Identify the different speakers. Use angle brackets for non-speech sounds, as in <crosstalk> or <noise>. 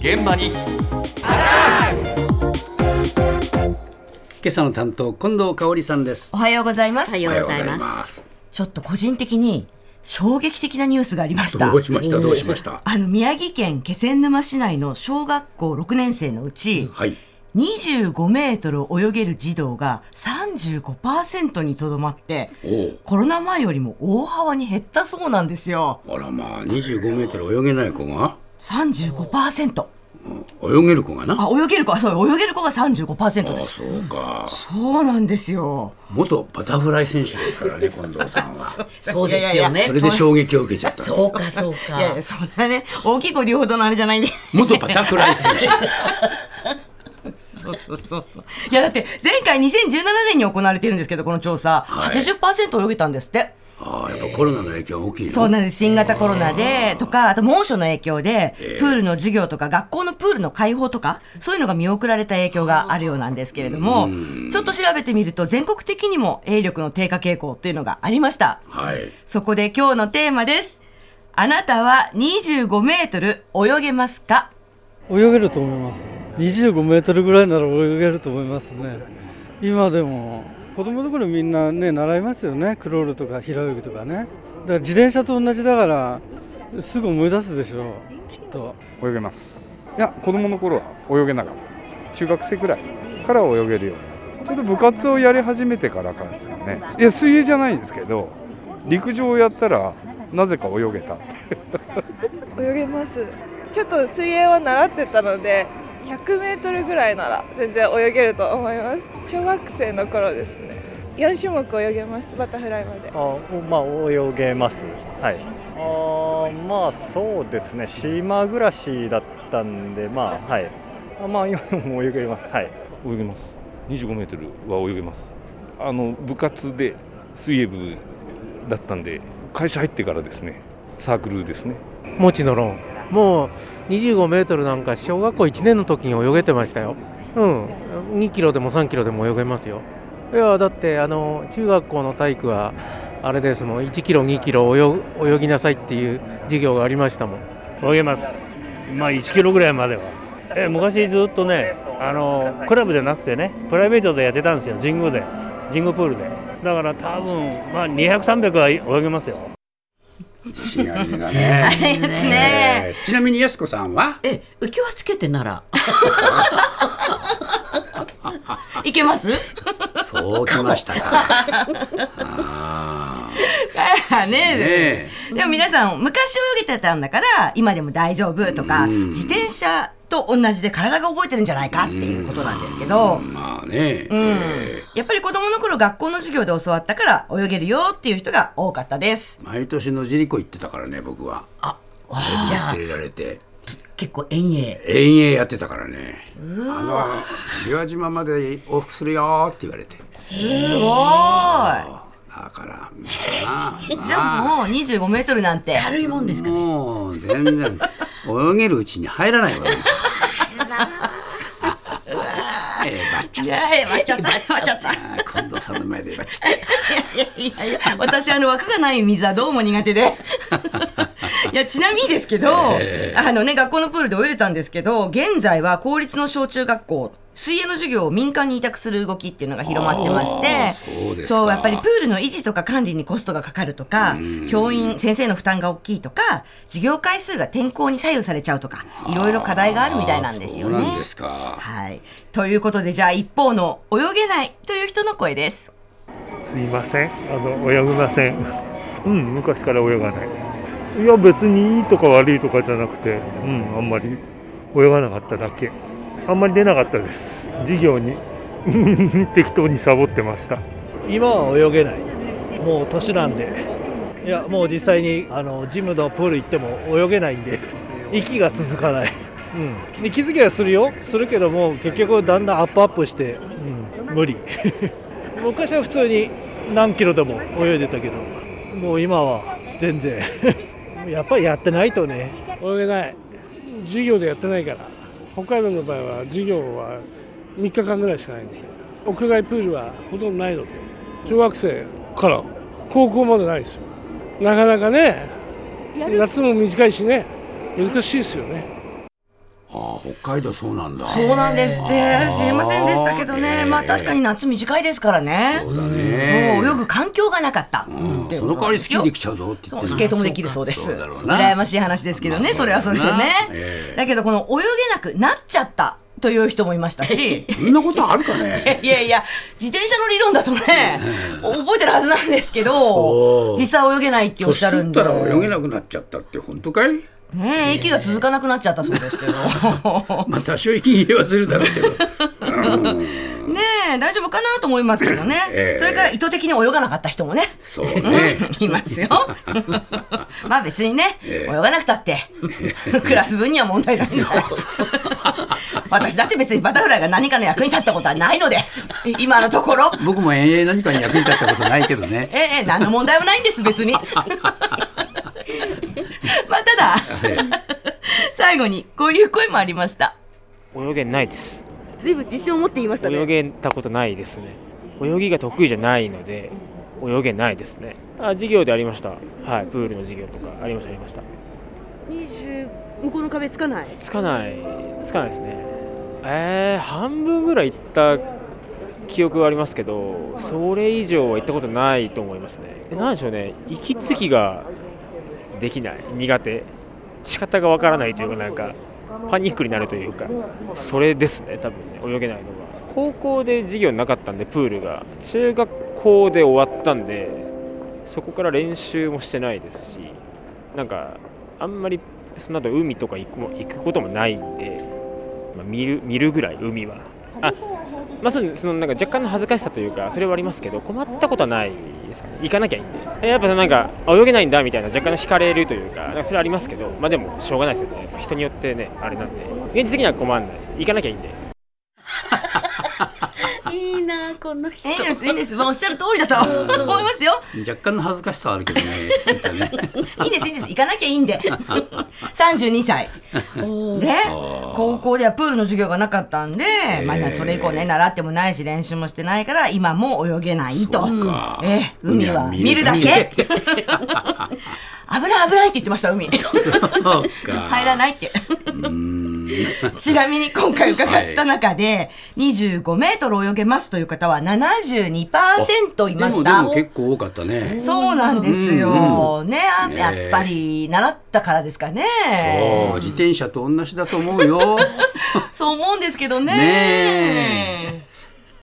Speaker 1: 現場に
Speaker 2: 今朝の担当近藤香織さんです
Speaker 3: おはようございます。
Speaker 4: おはようございます。
Speaker 2: す
Speaker 3: ちょっと個人的に衝撃的なニュースがありました
Speaker 2: ど。うしましたどうしました
Speaker 3: あの宮城県気仙沼市内の小学校6年生のうち、
Speaker 2: はい
Speaker 3: 25メートル泳げる児童が35%にとどまって、
Speaker 2: おう
Speaker 3: コロナ前よりも大幅に減ったそうなんですよ。
Speaker 2: あらまあ25メートル泳げない子が
Speaker 3: 35%。
Speaker 2: 泳げる子がな
Speaker 3: あ、泳げる子、あそう、泳げる子が35%
Speaker 2: あ
Speaker 3: です。
Speaker 2: そうか
Speaker 3: そうなんですよ。
Speaker 2: 元バタフライ選手ですからね近藤さんは
Speaker 4: そうですよね。
Speaker 2: それで衝撃を受けちゃったんです
Speaker 4: そうかそう
Speaker 3: いやい
Speaker 4: か
Speaker 3: や、。そんなね、大きい子で言うほどのあれじゃないんで。
Speaker 2: 元バタフライ選手です
Speaker 3: そうそうそうそう。いやだって前回2017年に行われてるんですけどこの調査、
Speaker 2: はい
Speaker 3: 80%泳げたんですって。
Speaker 2: ああやっぱコロナの影響大きいの
Speaker 3: そうなんです新型コロナでとかあと猛暑の影響で
Speaker 2: ええ
Speaker 3: プールの授業とか学校のプールの開放とかそういうのが見送られた影響があるようなんですけれどもちょっと調べてみると全国的にも泳力の低下傾向っていうのがありました。
Speaker 2: はい
Speaker 3: そこで今日のテーマです。あなたは25メートル泳げますか
Speaker 5: 泳げると思います25メートルぐらいなら泳げると思いますね今でも子供の頃みんなね習いますよねクロールとか平泳ぎとかねだから自転車と同じだからすぐ思い出すでしょうきっと
Speaker 6: 泳げますいや子供の頃は泳げなかった中学生くらいからは泳げるようになったちょっと部活をやり始めてからかですかねいや水泳じゃないんですけど陸上をやったらなぜか泳げた
Speaker 7: 泳げますちょっと水泳は習ってたので100メートルぐらいなら全然泳げると思います小学生の頃ですね4種目泳げますバタフライまで
Speaker 8: あまあ泳げますはいあーまあそうですね島暮らしだったんでまあはいあまあ今でも泳げますはい
Speaker 9: 泳げます25メートルは泳げますあの部活で水泳部だったんで会社入ってからですねサークルですね
Speaker 10: もちのロンもう25メートルなんか小学校1年の時に泳げてましたようん2キロでも3キロでも泳げますよいやだってあの中学校の体育はあれですもん1キロ2キロ泳ぐ泳ぎなさいっていう授業がありましたもん
Speaker 11: 泳げます、まあ、1キロぐらいまでは。え昔ずっとねあの、クラブじゃなくてね、プライベートでやってたんですよ、神宮で、神宮プールで。だから多分まあ200、300は泳げますよ。
Speaker 2: 自信ありだね
Speaker 3: ですね。
Speaker 2: えーちなみにやすこさんは
Speaker 4: え、浮き輪つけてなら。
Speaker 3: <laughs> いけます <laughs>
Speaker 2: そうきましたかあ
Speaker 3: あ
Speaker 2: あ
Speaker 3: ねえ。
Speaker 2: ねえ
Speaker 3: でも皆さん、昔泳げてたんだから、今でも大丈夫とか、
Speaker 2: うん
Speaker 3: 自転車と同じで体が覚えてるんじゃないかっていうことなんですけど、
Speaker 2: まあね、
Speaker 3: うん
Speaker 2: え
Speaker 3: やっぱり子供の頃学校の授業で教わったから泳げるよっていう人が多かったです。
Speaker 2: ー毎年のじりこ行ってたからね僕は
Speaker 4: あ、じゃあ
Speaker 2: 連れられて
Speaker 4: 結構遠泳。
Speaker 2: 遠泳やってたからねあの琵琶島まで往復するよーって言われて
Speaker 3: すごー
Speaker 2: だからまあ
Speaker 3: い。じゃあもう25メートルなんて。
Speaker 4: 軽いもんですかね。
Speaker 2: もう全然泳げるうちに入ら <laughs> ないわえーばっち
Speaker 3: いやいや、割っちゃった。割っちゃった。い
Speaker 2: ゃった近藤さんの前でばっちゃった
Speaker 3: やいやいや、私あの枠がない水はどうも苦手で。いや、ちなみにですけど、あのね、学校のプールで泳いでたんですけど、現在は公立の小中学校、水泳の授業を民間に委託する動きっていうのが広まってまして、
Speaker 2: あーそうですか
Speaker 3: やっぱりプールの維持とか管理にコストがかかるとか、教員、先生の負担が大きいとか、授業回数が天候に左右されちゃうとか、いろいろ課題があるみたいなんですよ
Speaker 2: あーそう
Speaker 3: ね
Speaker 2: なん。ですか
Speaker 3: はい。ということで、じゃあ一方の泳げないという人の声です。
Speaker 11: すいません、あの泳ぎません。うん、昔から泳がない。いや、別にいいとか悪いとかじゃなくて、うん、あんまり泳がなかっただけ。あんまり出なかったです。授業に適当にサボってました。
Speaker 8: 今は泳げないもう年なんでいやもう実際にあのジムのプール行っても泳げないんで息が続かない、うん、息づきはするよするけども結局だんだんアップアップして、うん、無理 <laughs> 昔は普通に何キロでも泳いでたけどもう今は全然 <laughs> やっぱりやってないとね
Speaker 5: 泳げない授業でやってないから北海道の場合は授業は3日間ぐらいしかないんで屋外プールはほとんどないので小学生から高校までないですよなかなかね夏も短いしね難しいですよね
Speaker 2: ああ北海道そうなんだ
Speaker 3: そうなんですって知りませんでしたけどね、
Speaker 2: えー
Speaker 3: まあ確かに夏短いですからねそう
Speaker 2: だね
Speaker 3: そう泳ぐ環境がなかった、
Speaker 2: うんその代わりスキーできちゃうぞって言って
Speaker 3: スケートもできるそうです。
Speaker 2: だろうな
Speaker 3: 羨ましい話ですけどね、
Speaker 2: まあ
Speaker 3: それはそれでね
Speaker 2: そうだな、ええ
Speaker 3: だけど、この泳げなくなっちゃったという人もいましたし、
Speaker 2: そんなことあるかね
Speaker 3: いやいや、自転車の理論だとね、覚えてるはずなんですけ
Speaker 2: そ
Speaker 3: ど、
Speaker 2: う
Speaker 3: 実際泳げないっておっし
Speaker 2: 年
Speaker 3: ゃる
Speaker 2: 取
Speaker 3: ん
Speaker 2: っ
Speaker 3: で
Speaker 2: た。ら泳げなくなっちゃったって本当かい
Speaker 3: ねえ、息が続かなくなっちゃったそうですけど。
Speaker 2: まあ多少息切れはするだろうけ
Speaker 3: <laughs>
Speaker 2: ど
Speaker 3: ねえ、大丈夫かなと思いますけどね。
Speaker 2: <laughs> ええ
Speaker 3: それから意図的に泳がなかった人もね。
Speaker 2: そうね
Speaker 3: <laughs> います
Speaker 2: <laughs>
Speaker 3: よ。まあ別にね、
Speaker 2: ええ
Speaker 3: 泳がなくた
Speaker 2: <laughs>
Speaker 3: って、クラス分には問題ないし。 <laughs> 私だって別にバタフライが何かの役に立ったことはないので、今のところ。
Speaker 2: 僕も遠泳何かに役に立ったことないけどね
Speaker 3: ええ、何の問題もないんです、別に。 <laughs> まあ、ただ、 <laughs> 最後にこういう声もありました。
Speaker 1: 泳げないです
Speaker 12: ずいぶん自信を持って言いました
Speaker 1: 泳
Speaker 12: ね
Speaker 1: げたことないですね泳ぎが得意じゃないので泳げないですねあ授業でありましたはいプールの授業とかありましたありました
Speaker 12: 20向こうの壁つかない
Speaker 1: つかないつかないですねえー、半分ぐらい行った記憶はありますけどそれ以上は行ったことないと思いますねえなんでしょうね息継ぎができない苦手仕方がわからないというかなんかパニックになるというかそれですね多分ね泳げないのが高校で授業なかったんでプールが中学校で終わったんでそこから練習もしてないですしなんかあんまりその後海とか行くも行くこともないんで、まあ、見る見るぐらい海はあまあそうそのなんか若干の恥ずかしさというかそれはありますけど困ったことはないですね行かなきゃいいんでえやっぱそのなんかあ泳げないんだみたいな若干の惹かれるというかなんかそれはありますけどまあでもしょうがないですよねやっぱ人によってねあれなんで現実的には困らないです行かなきゃいいんで
Speaker 4: いいなあこの人
Speaker 3: いいです、いいです。まあ、おっしゃる通りだと思いますよ。
Speaker 2: 若干の恥ずかしさはあるけどねつってたね
Speaker 3: <laughs> いいです、いいです。行かなきゃいいんで。32歳。で、高校ではプールの授業がなかったんで、まあ、それ以降ね、習ってもないし、練習もしてないから、今も泳げないと。
Speaker 2: か
Speaker 3: ええ海は見るだけ。
Speaker 2: 見
Speaker 3: 危
Speaker 2: る
Speaker 3: ない危ないって言ってました、海。
Speaker 2: そうか
Speaker 3: <laughs> 入らな
Speaker 2: <laughs>
Speaker 3: いって。 <laughs> ちなみに今回伺った中で、25メートル泳げますという方は72%いまし
Speaker 2: で
Speaker 3: た。
Speaker 2: もでも結構多かったね
Speaker 3: そうなんですよ。ね、あやっぱり習ったからですかね。
Speaker 2: そう自転車と同じだと思うよ
Speaker 3: そう思うんですけどね。
Speaker 2: ね